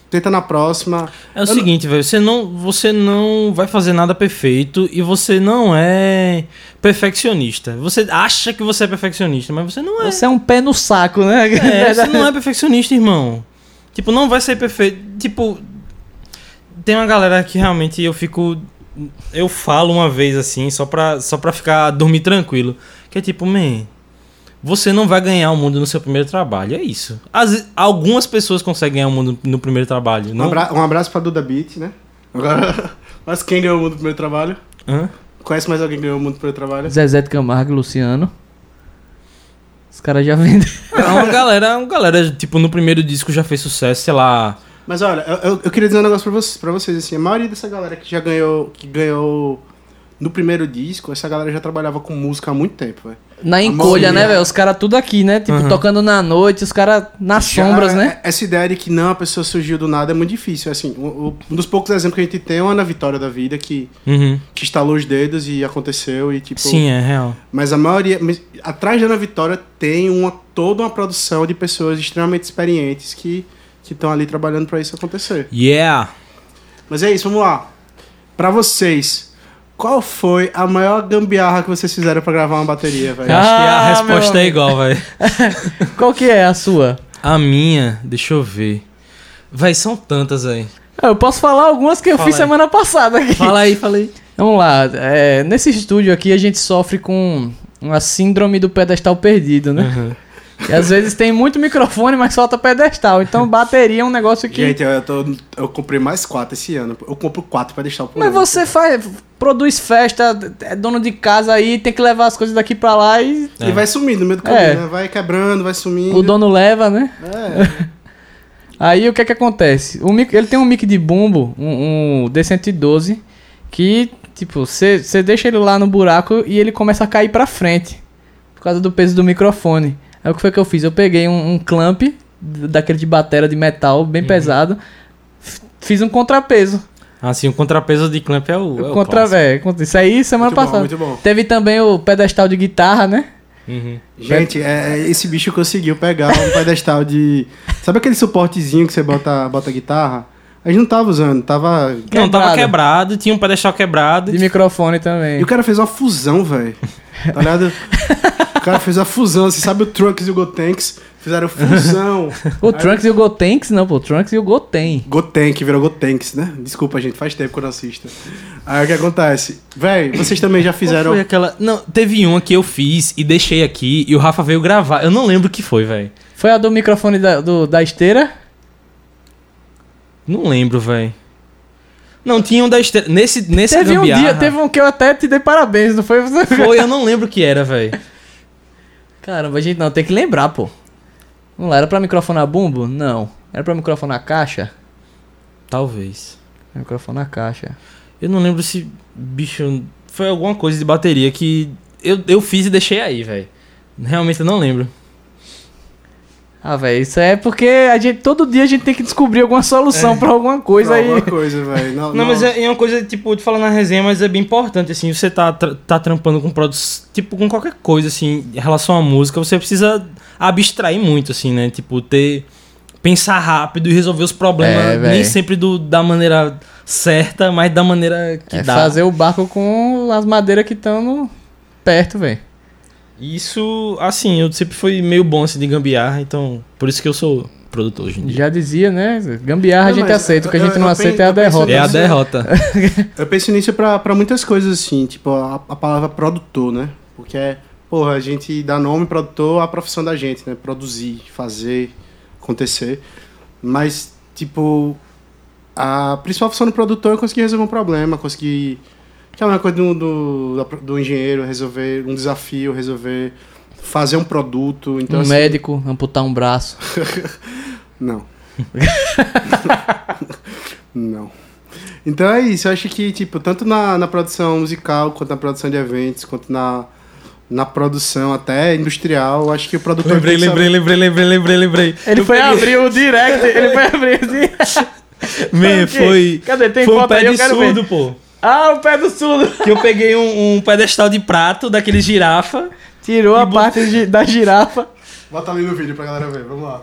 Speaker 1: Tenta na próxima.
Speaker 2: É o seguinte, velho, você não, você não vai fazer nada perfeito e você não é perfeccionista. Você acha que você é perfeccionista, mas você não é.
Speaker 4: Você é um pé no saco, né? [laughs]
Speaker 2: É, você não é perfeccionista, irmão. Tipo, não vai ser perfeito. Tipo, tem uma galera que realmente eu fico. Eu falo uma vez assim, só pra, só pra ficar dormir tranquilo. Que é tipo, man, você não vai ganhar o mundo no seu primeiro trabalho. É isso. As, algumas pessoas conseguem ganhar o mundo no primeiro trabalho.
Speaker 1: Um,
Speaker 2: Não?
Speaker 1: abra- um abraço pra Duda Beat, né? Agora, [laughs] mas quem ganhou o mundo pro meu trabalho?
Speaker 2: Hã?
Speaker 1: Conhece mais alguém que ganhou o mundo pro meu trabalho?
Speaker 4: Zezé de Camargo e Luciano. Os caras já vendem.
Speaker 2: Não, a galera, a galera, tipo, no primeiro disco já fez sucesso, sei lá.
Speaker 1: Mas olha, eu, eu- eu queria dizer um negócio pra vocês, pra vocês, assim, a maioria dessa galera que já ganhou, que ganhou no primeiro disco, essa galera já trabalhava com música há muito tempo, velho.
Speaker 4: [laughs] Na
Speaker 1: maioria.
Speaker 4: encolha, né, velho? Os caras tudo aqui, né? Tipo,
Speaker 2: Aham.
Speaker 4: tocando na noite, os caras nas sombras,
Speaker 1: Já, é,
Speaker 4: né?
Speaker 1: Essa ideia de que não, a pessoa surgiu do nada é muito difícil, assim, o- o- um dos poucos exemplos que a gente tem é o Ana Vitória da Vida, que,
Speaker 2: Uhum.
Speaker 1: que estalou os dedos e aconteceu, e tipo...
Speaker 2: Sim, é real.
Speaker 1: Mas a maioria. mas Atrás da Ana Vitória tem uma, toda uma produção de pessoas extremamente experientes que estão ali trabalhando pra isso acontecer.
Speaker 2: Yeah!
Speaker 1: Mas é isso, vamos lá. Pra vocês, qual foi a maior gambiarra que vocês fizeram pra gravar uma bateria, velho?
Speaker 2: Eu acho que a
Speaker 4: Ah,
Speaker 2: resposta
Speaker 4: meu
Speaker 2: é igual, velho.
Speaker 4: Qual que é a sua?
Speaker 2: A minha, deixa eu ver. Vai, são tantas aí.
Speaker 4: Ah, Eu posso falar algumas que eu
Speaker 2: Fala
Speaker 4: fiz
Speaker 2: aí.
Speaker 4: semana passada aqui.
Speaker 2: Fala aí, fala aí.
Speaker 4: Vamos lá. é, nesse estúdio aqui a gente sofre com uma síndrome do pedestal perdido, né? E às vezes tem muito microfone, mas falta pedestal. Então bateria é um negócio que.
Speaker 1: Gente, eu, eu tô- eu comprei mais quatro esse ano. Eu compro quatro pra deixar o
Speaker 4: Mas você faz, produz festa, é dono de casa aí, tem que levar as coisas daqui pra lá e
Speaker 1: E vai sumindo no meio do caminho,
Speaker 4: É.
Speaker 1: né? Vai quebrando, vai sumindo.
Speaker 4: o dono leva, [laughs] né?
Speaker 1: É.
Speaker 4: Aí o que é que acontece? O mic, ele tem um mic de bumbo, um, um D112, que, tipo, você deixa ele lá no buraco e ele começa a cair pra frente, por causa do peso do microfone. Aí o que foi que eu fiz? Eu peguei um, um
Speaker 1: Uhum.
Speaker 4: clamp, d- daquele de batera de metal, bem pesado, f- fiz um contrapeso.
Speaker 2: Assim, o contrapeso de Clamp é o. é o
Speaker 4: Contra,
Speaker 2: clássico.
Speaker 4: velho. contra- Isso aí semana
Speaker 1: Muito bom,
Speaker 4: passada.
Speaker 1: muito bom.
Speaker 4: Teve também o pedestal de guitarra, né?
Speaker 2: Uhum.
Speaker 1: Gente, é, esse bicho conseguiu pegar um pedestal de. Sabe aquele suportezinho que você bota, bota a guitarra? A gente não tava usando, tava.
Speaker 2: Não, tava
Speaker 4: Quebrado.
Speaker 2: quebrado, tinha um pedestal quebrado.
Speaker 4: De microfone também.
Speaker 1: E o cara fez uma fusão, velho. Tá ligado? O cara fez uma fusão, assim, sabe o Trunks e o Gotenks? Fizeram fusão.
Speaker 4: O Trunks e o Gotenks, não, pô. O Trunks e o Goten.
Speaker 1: Gotenk, virou Gotenks, né? Desculpa, gente, faz tempo que eu não assisto. Aí o que acontece? Véi, vocês também já
Speaker 2: Qual
Speaker 1: fizeram.
Speaker 2: Foi aquela... Não, teve uma que eu fiz e deixei aqui e o Rafa veio gravar. Eu não lembro o que foi, velho.
Speaker 4: Foi a do microfone da, do- da esteira?
Speaker 2: Não lembro, velho. Não, tinha um da esteira. Nesse, nesse
Speaker 4: teve um
Speaker 2: gambiarra,
Speaker 4: dia, teve um que eu até te dei parabéns, não foi? [laughs] Você?
Speaker 2: Foi, eu não lembro o que era, velho.
Speaker 4: Caramba, gente, não, tem que lembrar, pô. Vamos lá, era pra microfonar bumbo? Não. Era pra microfonar caixa?
Speaker 2: Talvez.
Speaker 4: Microfonar caixa.
Speaker 2: Eu não lembro se. Bicho. Foi alguma coisa de bateria que eu, eu fiz e deixei aí, velho. Realmente eu não lembro.
Speaker 4: Ah, velho, isso é porque a gente, todo dia a gente tem que descobrir alguma solução pra alguma coisa
Speaker 1: Pra
Speaker 4: aí.
Speaker 1: alguma coisa, velho. Não,
Speaker 2: Não, mas é, é uma coisa, tipo, de falar na resenha, mas é bem importante, assim, você tá, tra- tá trampando com produtos, tipo, com qualquer coisa, assim, em relação à música, você precisa abstrair muito, assim, né? Tipo, ter. Pensar rápido e resolver os problemas,
Speaker 4: É, véi.
Speaker 2: nem sempre do, da maneira certa, mas da maneira que
Speaker 4: é
Speaker 2: dá.
Speaker 4: fazer o barco com as madeiras que estão no... perto, velho.
Speaker 2: Isso, assim, eu sempre fui meio bom assim de gambiarra, então por isso que eu sou produtor hoje em dia.
Speaker 4: Já dizia, né? Gambiarra a
Speaker 1: Não,
Speaker 4: gente
Speaker 1: mas
Speaker 4: aceita, o que a
Speaker 1: eu-
Speaker 4: gente
Speaker 1: eu
Speaker 4: não
Speaker 1: penso-
Speaker 4: aceita é a
Speaker 1: eu penso-
Speaker 4: derrota.
Speaker 2: É a
Speaker 4: [laughs]
Speaker 2: derrota.
Speaker 1: Eu penso nisso pra, pra muitas coisas, assim, tipo, a, a palavra produtor, né? Porque, é, porra, a gente dá nome produtor à profissão da gente, né? Produzir, fazer, acontecer. Mas, tipo, a principal função do produtor é conseguir resolver um problema, conseguir. Que é uma coisa do, do, da pro- do engenheiro, resolver um desafio, resolver. fazer um produto. Então,
Speaker 4: Um
Speaker 1: assim,
Speaker 4: médico, amputar um braço.
Speaker 1: Não. [laughs] não. Então é isso, eu acho que, tipo, tanto na, na produção musical, quanto na produção de eventos, quanto na, na produção até industrial, eu acho que o produtor.
Speaker 2: lembrei,
Speaker 1: tem que
Speaker 2: lembrei, lembrei, lembrei, lembrei, lembrei.
Speaker 4: Ele foi abrir o direct, ele foi abrir o direct. [laughs]
Speaker 2: Man,
Speaker 4: o quê?
Speaker 2: foi.
Speaker 4: Cadê? Tem
Speaker 2: foi um
Speaker 4: foto
Speaker 2: pé
Speaker 4: aí, eu
Speaker 2: de
Speaker 4: quero ver.
Speaker 2: surdo, pô.
Speaker 4: Ah, o pé do surdo!
Speaker 2: Que eu peguei um, um pedestal de prato daquele girafa.
Speaker 4: Tirou a
Speaker 2: bot-
Speaker 4: parte de- da girafa.
Speaker 1: saber. Bota ali no vídeo pra galera ver, vamos lá.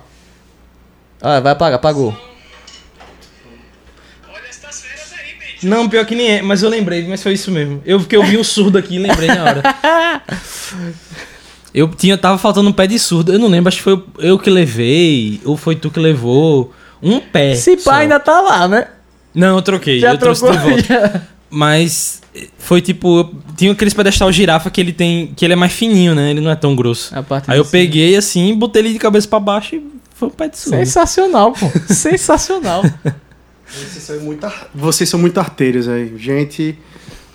Speaker 4: Ah, vai apagar, apagou.
Speaker 2: Não, pior que nem é, mas eu lembrei, mas foi isso mesmo. Eu porque eu vi um surdo aqui e lembrei na
Speaker 4: [laughs]
Speaker 2: hora. Eu tinha tava faltando um pé de surdo. Eu não lembro, acho que foi eu que levei ou foi tu que levou um pé.
Speaker 4: Esse
Speaker 2: só.
Speaker 4: pai ainda tá lá, né?
Speaker 2: Não, eu troquei.
Speaker 4: Já
Speaker 2: eu
Speaker 4: trocou.
Speaker 2: trouxe de volta.
Speaker 4: já.
Speaker 2: Mas eh, foi tipo, eu- tinha aqueles pedestal girafa que ele tem, que ele é mais fininho, né? Ele não é tão grosso.
Speaker 4: A parte
Speaker 2: Aí eu
Speaker 4: de
Speaker 2: peguei assim, botei ele de cabeça pra baixo e foi um pé de surdo.
Speaker 4: Sensacional, [laughs] pô. Sensacional.
Speaker 1: Vocês são muito, ar- Vocês são muito arteiros aí, gente.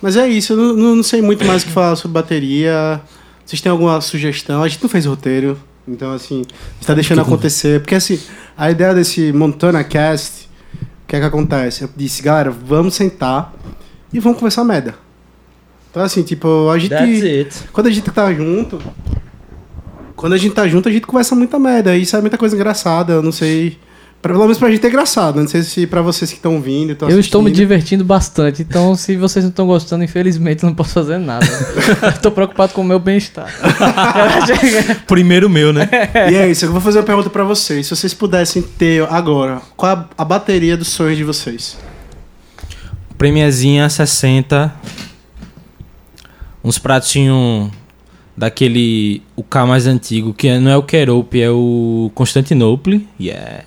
Speaker 1: Mas é isso, eu não- não, não sei muito mais o que falar sobre bateria. Vocês têm alguma sugestão? A gente não fez roteiro, então assim, está deixando acontecer. Porque assim, a ideia desse Montana Cast, o que é que acontece? Eu disse, galera, vamos sentar e vamos conversar merda. Então assim, tipo, a gente.
Speaker 2: That's it.
Speaker 1: Quando a gente tá junto. Quando a gente tá junto, a gente conversa muita merda. E sai muita coisa engraçada. Eu não sei. Pra, pelo menos pra gente é engraçado. eu Não sei se pra vocês que estão vindo. Tão
Speaker 4: Eu estou me
Speaker 1: assistindo.
Speaker 4: divertindo bastante, então se vocês não estão gostando, infelizmente eu não posso fazer [laughs] nada. Eu tô preocupado com o meu [laughs] bem-estar.
Speaker 2: [laughs] Primeiro meu, né?
Speaker 1: [laughs] E é isso. Eu vou fazer uma pergunta pra vocês. Se vocês pudessem ter agora, qual a, a bateria dos sonhos de vocês?
Speaker 2: Premiazinha 60. Uns pratinhos daquele. O K mais antigo, que é- não é o Kerope, é o Constantinople. Yeah.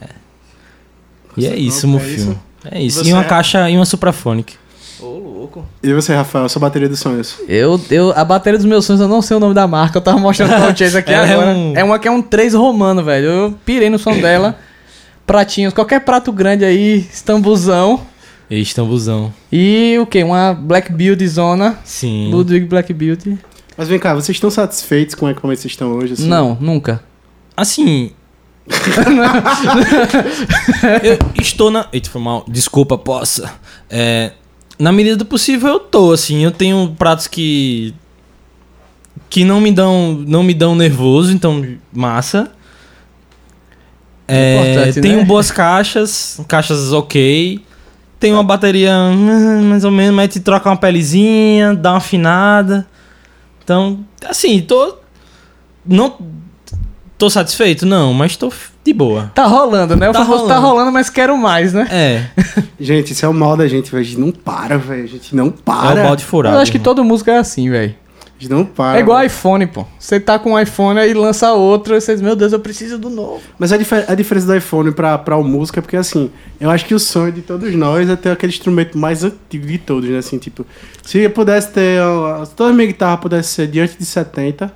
Speaker 2: E é isso, meu
Speaker 1: É isso?
Speaker 2: filho. É isso.
Speaker 1: Você
Speaker 2: E uma
Speaker 1: é-
Speaker 2: caixa e uma suprafônica.
Speaker 4: Ô, louco.
Speaker 1: E você, Rafael, sua bateria dos sonhos?
Speaker 4: Eu, eu, a bateria dos meus sonhos, eu não sei o nome da marca, eu tava mostrando
Speaker 2: [laughs]
Speaker 4: pra vocês aqui
Speaker 2: Ela é
Speaker 4: agora. É,
Speaker 2: um-
Speaker 4: uma que é um 3 romano, velho. Eu pirei no som dela.
Speaker 2: [laughs]
Speaker 4: Pratinhos, qualquer prato grande aí, estambuzão.
Speaker 2: E Estambuzão.
Speaker 4: E o quê? Uma Black Beauty Zona.
Speaker 2: Sim.
Speaker 4: Ludwig Black Beauty.
Speaker 1: Mas vem cá, vocês estão satisfeitos com o como vocês estão hoje? assim?
Speaker 4: Não, nunca.
Speaker 2: Assim. eu estou na. Eita, foi mal. Desculpa, possa. É, na medida do possível eu tô, assim. Eu tenho pratos que. que não me dão. não me dão nervoso, então massa. É,
Speaker 4: Importante,
Speaker 2: tenho
Speaker 4: né?
Speaker 2: boas caixas, caixas ok. Tem uma bateria [laughs] hum, mais ou menos, mas te troca uma pelezinha, dá uma afinada. Então, assim, tô. Não. Tô satisfeito? Não, mas tô f- de boa.
Speaker 4: Tá rolando, né? O
Speaker 2: Tá
Speaker 4: famoso tá
Speaker 2: rolando.
Speaker 4: rolando, mas quero mais, né?
Speaker 2: É,
Speaker 1: Gente, isso é o mal da gente, velho. A gente não para, velho. A gente não
Speaker 2: é o
Speaker 1: para.
Speaker 2: balde furado.
Speaker 4: Eu acho que
Speaker 2: irmão.
Speaker 4: todo músico é assim, velho.
Speaker 1: A gente não para.
Speaker 4: É igual
Speaker 1: velho.
Speaker 4: iPhone, pô. Você tá com um iPhone aí lança outro, aí você diz, meu Deus, eu preciso do novo.
Speaker 1: Mas a, difer- a diferença do iPhone pra, pra o música é porque, assim, eu acho que o sonho de todos nós é ter aquele instrumento mais antigo de todos, né? Assim, tipo, se eu pudesse ter. ó, Se toda minha guitarra pudesse ser diante de 70,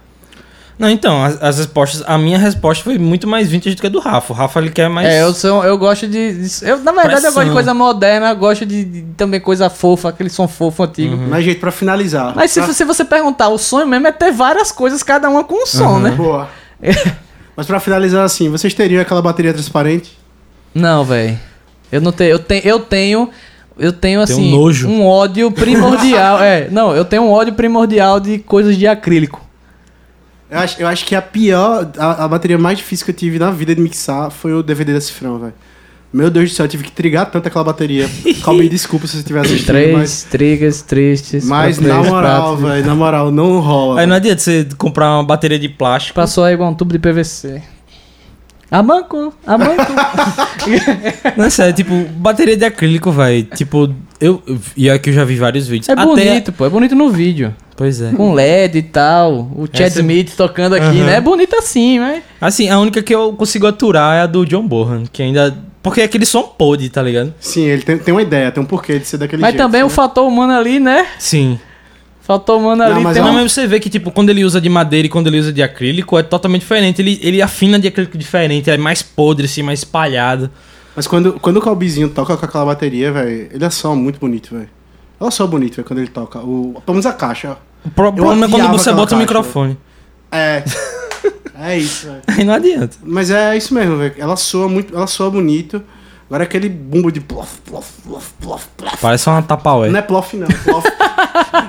Speaker 2: Não, então, as, as respostas. A minha resposta foi muito mais vintage do que a do Rafa. O Rafa ele quer mais.
Speaker 4: É, eu, sou, eu gosto de. de- eu, na verdade, eu gosto de
Speaker 2: Pressão.
Speaker 4: coisa moderna, eu gosto de, de também coisa fofa, aquele som fofo antigo.
Speaker 2: Uhum.
Speaker 1: mas jeito pra finalizar. Tá?
Speaker 4: Mas se,
Speaker 2: Ah.
Speaker 1: pra...
Speaker 4: você- se você perguntar, o sonho mesmo é ter várias coisas, cada uma com um
Speaker 2: Uhum.
Speaker 4: som, né? [laughs]
Speaker 1: Boa. mas pra finalizar, assim, vocês teriam aquela bateria transparente?
Speaker 4: Não, velho. Eu não tenho. Eu, te, eu tenho. Eu tenho
Speaker 2: Tem um
Speaker 4: assim.
Speaker 2: nojo.
Speaker 4: um ódio primordial. é, não, eu tenho um ódio primordial de coisas de acrílico.
Speaker 1: Eu acho, eu acho que a pior, a, a bateria mais difícil que eu tive na vida de mixar foi o DVD da Cifrão, velho. Meu Deus do céu, eu tive que trigar tanto aquela
Speaker 4: [laughs]
Speaker 1: bateria. Calma aí, desculpa se você estiver assistindo, mas,
Speaker 4: trigas, tristes.
Speaker 1: mas na moral, velho, na moral, não rola.
Speaker 2: Aí não adianta você comprar uma bateria de plástico.
Speaker 4: Passou aí igual um tubo de PVC. Amanco,
Speaker 2: [laughs]
Speaker 4: amanco.
Speaker 2: Não é sério, tipo, bateria de acrílico, velho. Tipo, eu. E aqui eu já vi vários vídeos.
Speaker 4: É
Speaker 2: Até-
Speaker 4: bonito, pô. É bonito no vídeo.
Speaker 2: Pois é.
Speaker 4: Com LED e tal. O Chad
Speaker 1: é-
Speaker 2: Essa-
Speaker 4: Smith tocando aqui,
Speaker 2: Aham.
Speaker 4: né? É bonito assim, né?
Speaker 2: Assim, a única que eu consigo aturar é a do John Bohan, que ainda. Porque é aquele som podre, tá ligado?
Speaker 1: Sim, ele tem, tem uma ideia, tem um porquê de ser daquele
Speaker 4: Mas
Speaker 1: jeito.
Speaker 4: também
Speaker 1: né?
Speaker 4: o fator humano ali, né?
Speaker 2: Sim.
Speaker 4: Fator
Speaker 1: Não,
Speaker 4: humano ali
Speaker 1: mas
Speaker 4: tem
Speaker 1: é
Speaker 2: Não,
Speaker 1: um-
Speaker 4: uma...
Speaker 2: mas você vê que, tipo, quando ele usa de madeira e quando ele usa de acrílico, é totalmente diferente. Ele, ele afina de acrílico diferente, é mais podre, assim, mais espalhado.
Speaker 1: Mas quando, quando o Calbizinho toca com aquela bateria, velho, ele é só muito bonito, velho. Olha só bonito, velho, quando ele toca. O, pelo menos a caixa, ó.
Speaker 2: O pro- problema é quando
Speaker 1: odiava
Speaker 2: você
Speaker 1: aquela
Speaker 2: bota o
Speaker 1: caixa,
Speaker 2: microfone. [laughs]
Speaker 4: [laughs]
Speaker 1: É. é isso, velho.
Speaker 2: Aí não adianta.
Speaker 1: Mas é isso mesmo, velho. Ela soa muito, ela soa bonito. Agora é aquele bumbo de plof, plof, plof, plof, plof.
Speaker 2: Parece uma tapa
Speaker 1: Não é plof, não.
Speaker 4: [laughs]
Speaker 1: Plof.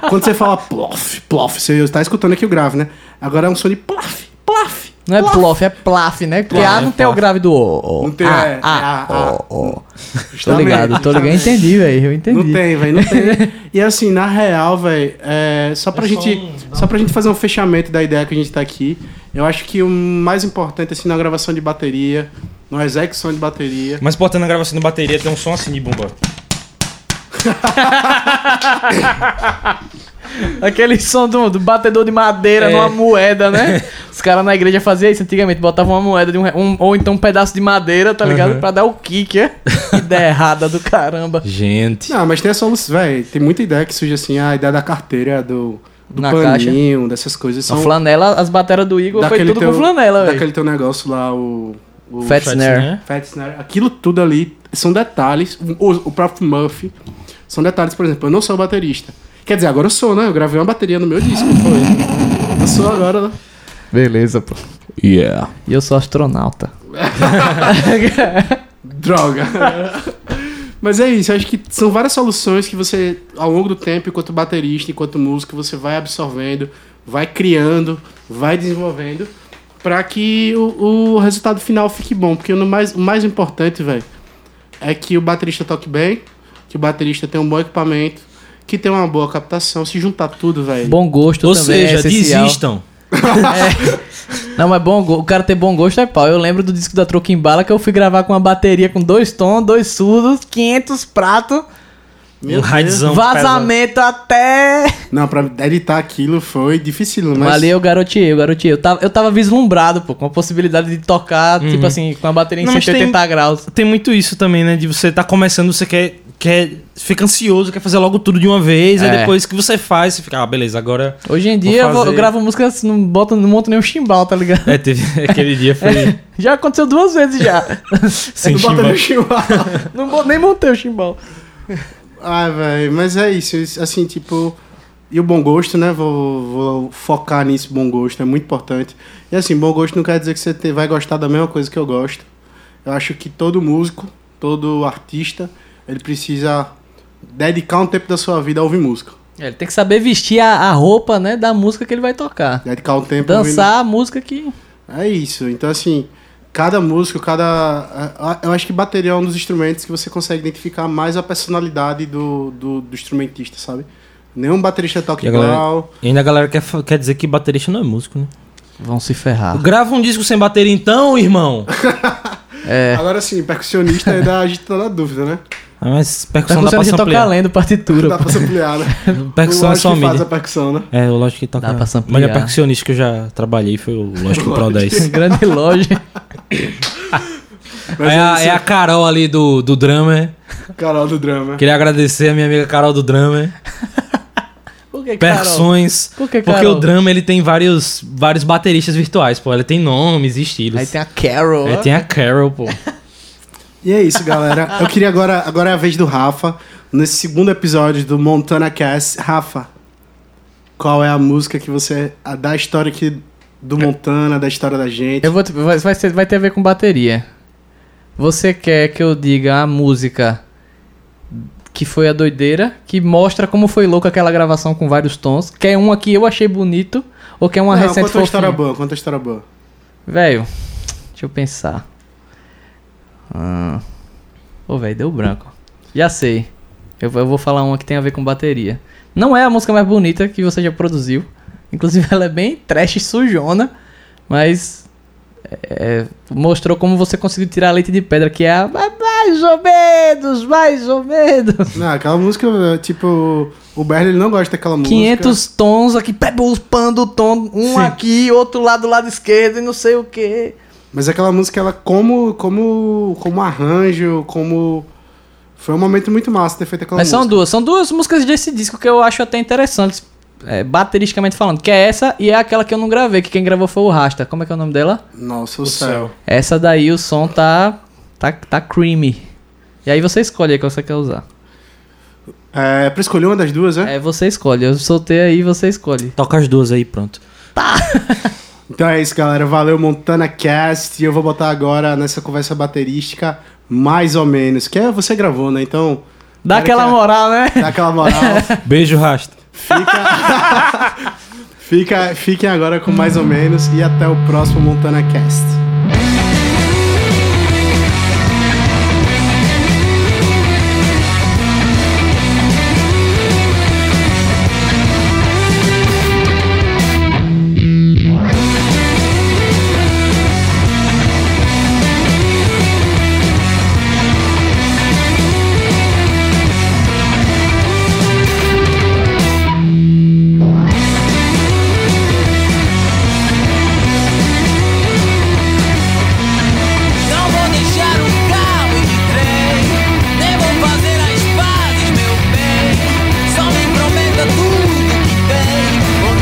Speaker 1: Quando você fala plof, plof, você tá escutando aqui o grave, né? Agora é um som de plof, plof.
Speaker 4: Não é plof, é plaf, né? Porque
Speaker 2: Plaf,
Speaker 4: A não
Speaker 2: é
Speaker 4: tem o
Speaker 2: plaf.
Speaker 4: grave do O. o,
Speaker 1: Não tem,
Speaker 4: a,
Speaker 1: é,
Speaker 4: a,
Speaker 1: é, a,
Speaker 4: o, o. Tô
Speaker 1: Justamente,
Speaker 4: ligado, tô ligado. Eu
Speaker 1: justamente.
Speaker 4: Entendi, velho. Eu
Speaker 1: Não
Speaker 4: entendi.
Speaker 1: tem, velho, não
Speaker 4: [laughs]
Speaker 1: tem. E assim, na real, velho, é, só pra
Speaker 2: É só
Speaker 1: gente,
Speaker 2: um-
Speaker 1: só pra gente fazer um fechamento da ideia que a gente tá aqui, eu acho que o mais importante assim na gravação de bateria, na execução de bateria,
Speaker 2: Mas botando a gravação de bateria tem um som assim de bomba.
Speaker 4: Aquele som do, do batedor de madeira
Speaker 2: É.
Speaker 4: numa
Speaker 1: [laughs]
Speaker 4: moeda, né? Os caras na igreja faziam isso antigamente, botavam uma moeda de um, re- um- ou então um pedaço de madeira, tá ligado?
Speaker 2: Uhum.
Speaker 4: Pra dar o
Speaker 1: [laughs]
Speaker 4: kick, é? Ideia errada do caramba.
Speaker 2: Gente.
Speaker 1: Não, mas tem a solução, velho. Tem muita ideia que surge assim, a ideia da carteira, do, do
Speaker 4: Na
Speaker 1: paninho, dessas coisas.
Speaker 4: A
Speaker 1: São
Speaker 4: flanela, as baterias do Igor foi
Speaker 1: daquele
Speaker 4: tudo com flanela, velho.
Speaker 1: Daquele teu negócio lá, o. o
Speaker 4: Fat snare.
Speaker 2: né?
Speaker 1: Fat Snare. Aquilo tudo ali são detalhes. O, o próprio Muff são detalhes, por exemplo, eu não sou baterista. Quer dizer, agora eu sou, né? Eu gravei uma bateria no meu disco, foi. Eu sou agora, né?
Speaker 4: Beleza, pô.
Speaker 3: Yeah.
Speaker 4: E eu sou astronauta.
Speaker 1: [laughs] Droga. Mas é isso, eu acho que são várias soluções que você, ao longo do tempo, enquanto baterista, enquanto músico, você vai absorvendo, vai criando, vai desenvolvendo, pra que o, o resultado final fique bom. Porque no mais, o mais importante, velho, é que o baterista toque bem, que o baterista tenha um bom equipamento, que tenha uma boa captação, se juntar tudo, velho.
Speaker 4: Bom gosto
Speaker 2: Ou
Speaker 4: também
Speaker 2: seja,
Speaker 4: é essencial.
Speaker 2: desistam.
Speaker 4: Não, mas bom, go- o cara ter bom gosto é pau. Eu lembro do disco da Troquimbala que eu fui gravar com uma bateria com dois tons, dois surdos, 500 pratos,
Speaker 1: Meu
Speaker 2: um raidzão
Speaker 4: vazamento até...
Speaker 1: Não, pra editar aquilo foi difícil, mas...
Speaker 4: Ali eu garoteei, eu garoteei. Eu tava, eu tava vislumbrado, pô, com a possibilidade de tocar,
Speaker 2: Uhum.
Speaker 4: tipo assim, com a bateria em
Speaker 2: Não, mas
Speaker 4: 180 graus.
Speaker 2: Tem muito isso também, né? De você tá começando, você quer, quer. Fica ansioso, quer fazer logo tudo de uma vez.
Speaker 4: É.
Speaker 2: Aí depois que você faz, você fica, ah, beleza, agora.
Speaker 4: Hoje em dia eu, vou- eu
Speaker 2: fazer.
Speaker 4: gravo música, assim, não, boto, não monto nenhum chimbal, tá
Speaker 2: [laughs]
Speaker 4: ligado? [laughs]
Speaker 2: É, teve. [laughs] Aquele dia foi.
Speaker 4: Já aconteceu duas
Speaker 2: [laughs]
Speaker 4: vezes já.
Speaker 2: sem
Speaker 1: Não bota
Speaker 2: chimbal.
Speaker 1: meu chihuahua.
Speaker 4: não, bo- nem montei o chimbal.
Speaker 1: Ah, velho, mas é isso. isso, Assim, tipo. E o bom gosto, né? Vou, vou focar nisso, bom gosto, é muito importante. E assim, bom gosto não quer dizer que você te- vai gostar da mesma coisa que eu gosto. Eu acho que todo músico, todo artista, ele precisa dedicar um tempo da sua vida a ouvir música.
Speaker 4: É, ele tem que saber vestir a, a roupa, né,
Speaker 2: Tipo
Speaker 4: da música que ele vai tocar.
Speaker 1: Dedicar um tempo a ouvir
Speaker 4: Dançar a música que...
Speaker 1: É isso. Então, assim, Cada músico, cada. a- a- Eu acho que bateria é um dos instrumentos que você consegue identificar mais a personalidade do, do, do instrumentista, sabe? Nenhum baterista toca
Speaker 2: E a galera-
Speaker 1: igual.
Speaker 2: E ainda a galera quer, fa- quer dizer que baterista não é músico, né?
Speaker 4: Vão se ferrar.
Speaker 2: Grava um disco sem bateria então, irmão!
Speaker 4: É.
Speaker 1: Agora sim, percussionista ainda a gente tá na dúvida, né?
Speaker 2: Ah, mas
Speaker 4: Tá
Speaker 2: percussão dá pra
Speaker 4: funcionando de tocar
Speaker 2: samplear.
Speaker 4: lendo partitura.
Speaker 1: Dá pra ampliar, né?
Speaker 2: Percussão
Speaker 1: O
Speaker 2: é
Speaker 1: Lorde
Speaker 2: só
Speaker 1: que faz a
Speaker 2: mídia.
Speaker 1: percussão, né?
Speaker 2: É, o Lógico que toca.
Speaker 4: Dá pra
Speaker 2: O
Speaker 4: samplear.
Speaker 2: melhor percussionista que eu já trabalhei foi o Lógico Pro 10.
Speaker 4: [laughs] Grande loja.
Speaker 1: Mas
Speaker 2: é, a,
Speaker 1: esse
Speaker 2: é a Carol ali do, do Drummer.
Speaker 1: Carol do drama.
Speaker 2: Queria agradecer a minha amiga Carol do Drummer.
Speaker 4: Por que, Carol?
Speaker 2: Percussões.
Speaker 4: Por que,
Speaker 2: Porque
Speaker 4: Carol?
Speaker 2: o drama ele tem vários, vários bateristas virtuais, pô. Ele tem nomes e estilos.
Speaker 4: Aí tem a Carol.
Speaker 2: Aí tem a Carol, pô.
Speaker 1: E é isso, galera. Eu queria agora. Agora é a vez do Rafa. Nesse segundo episódio do Montana Cast. Rafa, qual é a música que você. A, da história aqui do Montana, da história da gente.
Speaker 4: Eu vou, te- vai, vai ser- vai ter a ver com bateria. Você quer que eu diga a música que foi a doideira, que mostra como foi louca aquela gravação com vários tons? Quer uma que eu achei bonito ou quer uma
Speaker 1: Não,
Speaker 4: recente
Speaker 1: conta uma história
Speaker 4: fofinha?
Speaker 1: boa, conta uma história boa.
Speaker 4: Velho, deixa eu pensar. Ah. Ô, velho, deu branco. Já sei. Eu, vou- eu vou falar uma que tem a ver com bateria. Não é a música mais bonita que você já produziu. Inclusive, [laughs] ela é bem trash e sujona. Mas. é, mostrou como você conseguiu tirar leite de pedra, que é a. Mais ou menos, mais ou menos.
Speaker 1: Não, aquela música, eh, tipo, o Bernie ele não gosta daquela música.
Speaker 4: 500 tons aqui, pando o tom, um aqui, outro lá do lado esquerdo e não sei o que.
Speaker 1: Mas aquela música, ela como, como, como arranjo, como. Foi um momento muito massa ter feito aquela
Speaker 4: Mas
Speaker 1: música.
Speaker 4: são duas, são duas músicas desse disco que eu acho até interessantes, é, bateristicamente falando, que é essa e é aquela que eu não gravei, que quem gravou foi o Rasta. Como é que é o nome dela?
Speaker 1: Nossa, o, céu.
Speaker 4: Essa daí o som tá tá, tá creamy. E aí você escolhe aí qual você quer usar.
Speaker 1: É, pra escolher uma das duas, é?
Speaker 4: É, você escolhe. Eu soltei aí, você escolhe.
Speaker 2: Toca as duas aí, pronto.
Speaker 1: Então é isso, galera. Valeu, Montana Cast. E eu vou botar agora nessa conversa baterística, mais ou menos. Que é você gravou, né? Então,
Speaker 4: Dá
Speaker 1: Cara,
Speaker 4: aquela
Speaker 1: cara.
Speaker 4: moral, né?
Speaker 1: dá aquela
Speaker 4: [laughs]
Speaker 1: moral.
Speaker 2: Beijo, Rasta.
Speaker 1: Fica. Fica, fiquem agora com mais ou menos e até o próximo Montana Cast.
Speaker 5: Não vou deixar um carro de trem, nem vou fazer as pazes, meu bem. Só me prometa tudo que tem, ou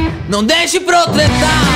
Speaker 5: nada. Não deixe protetar.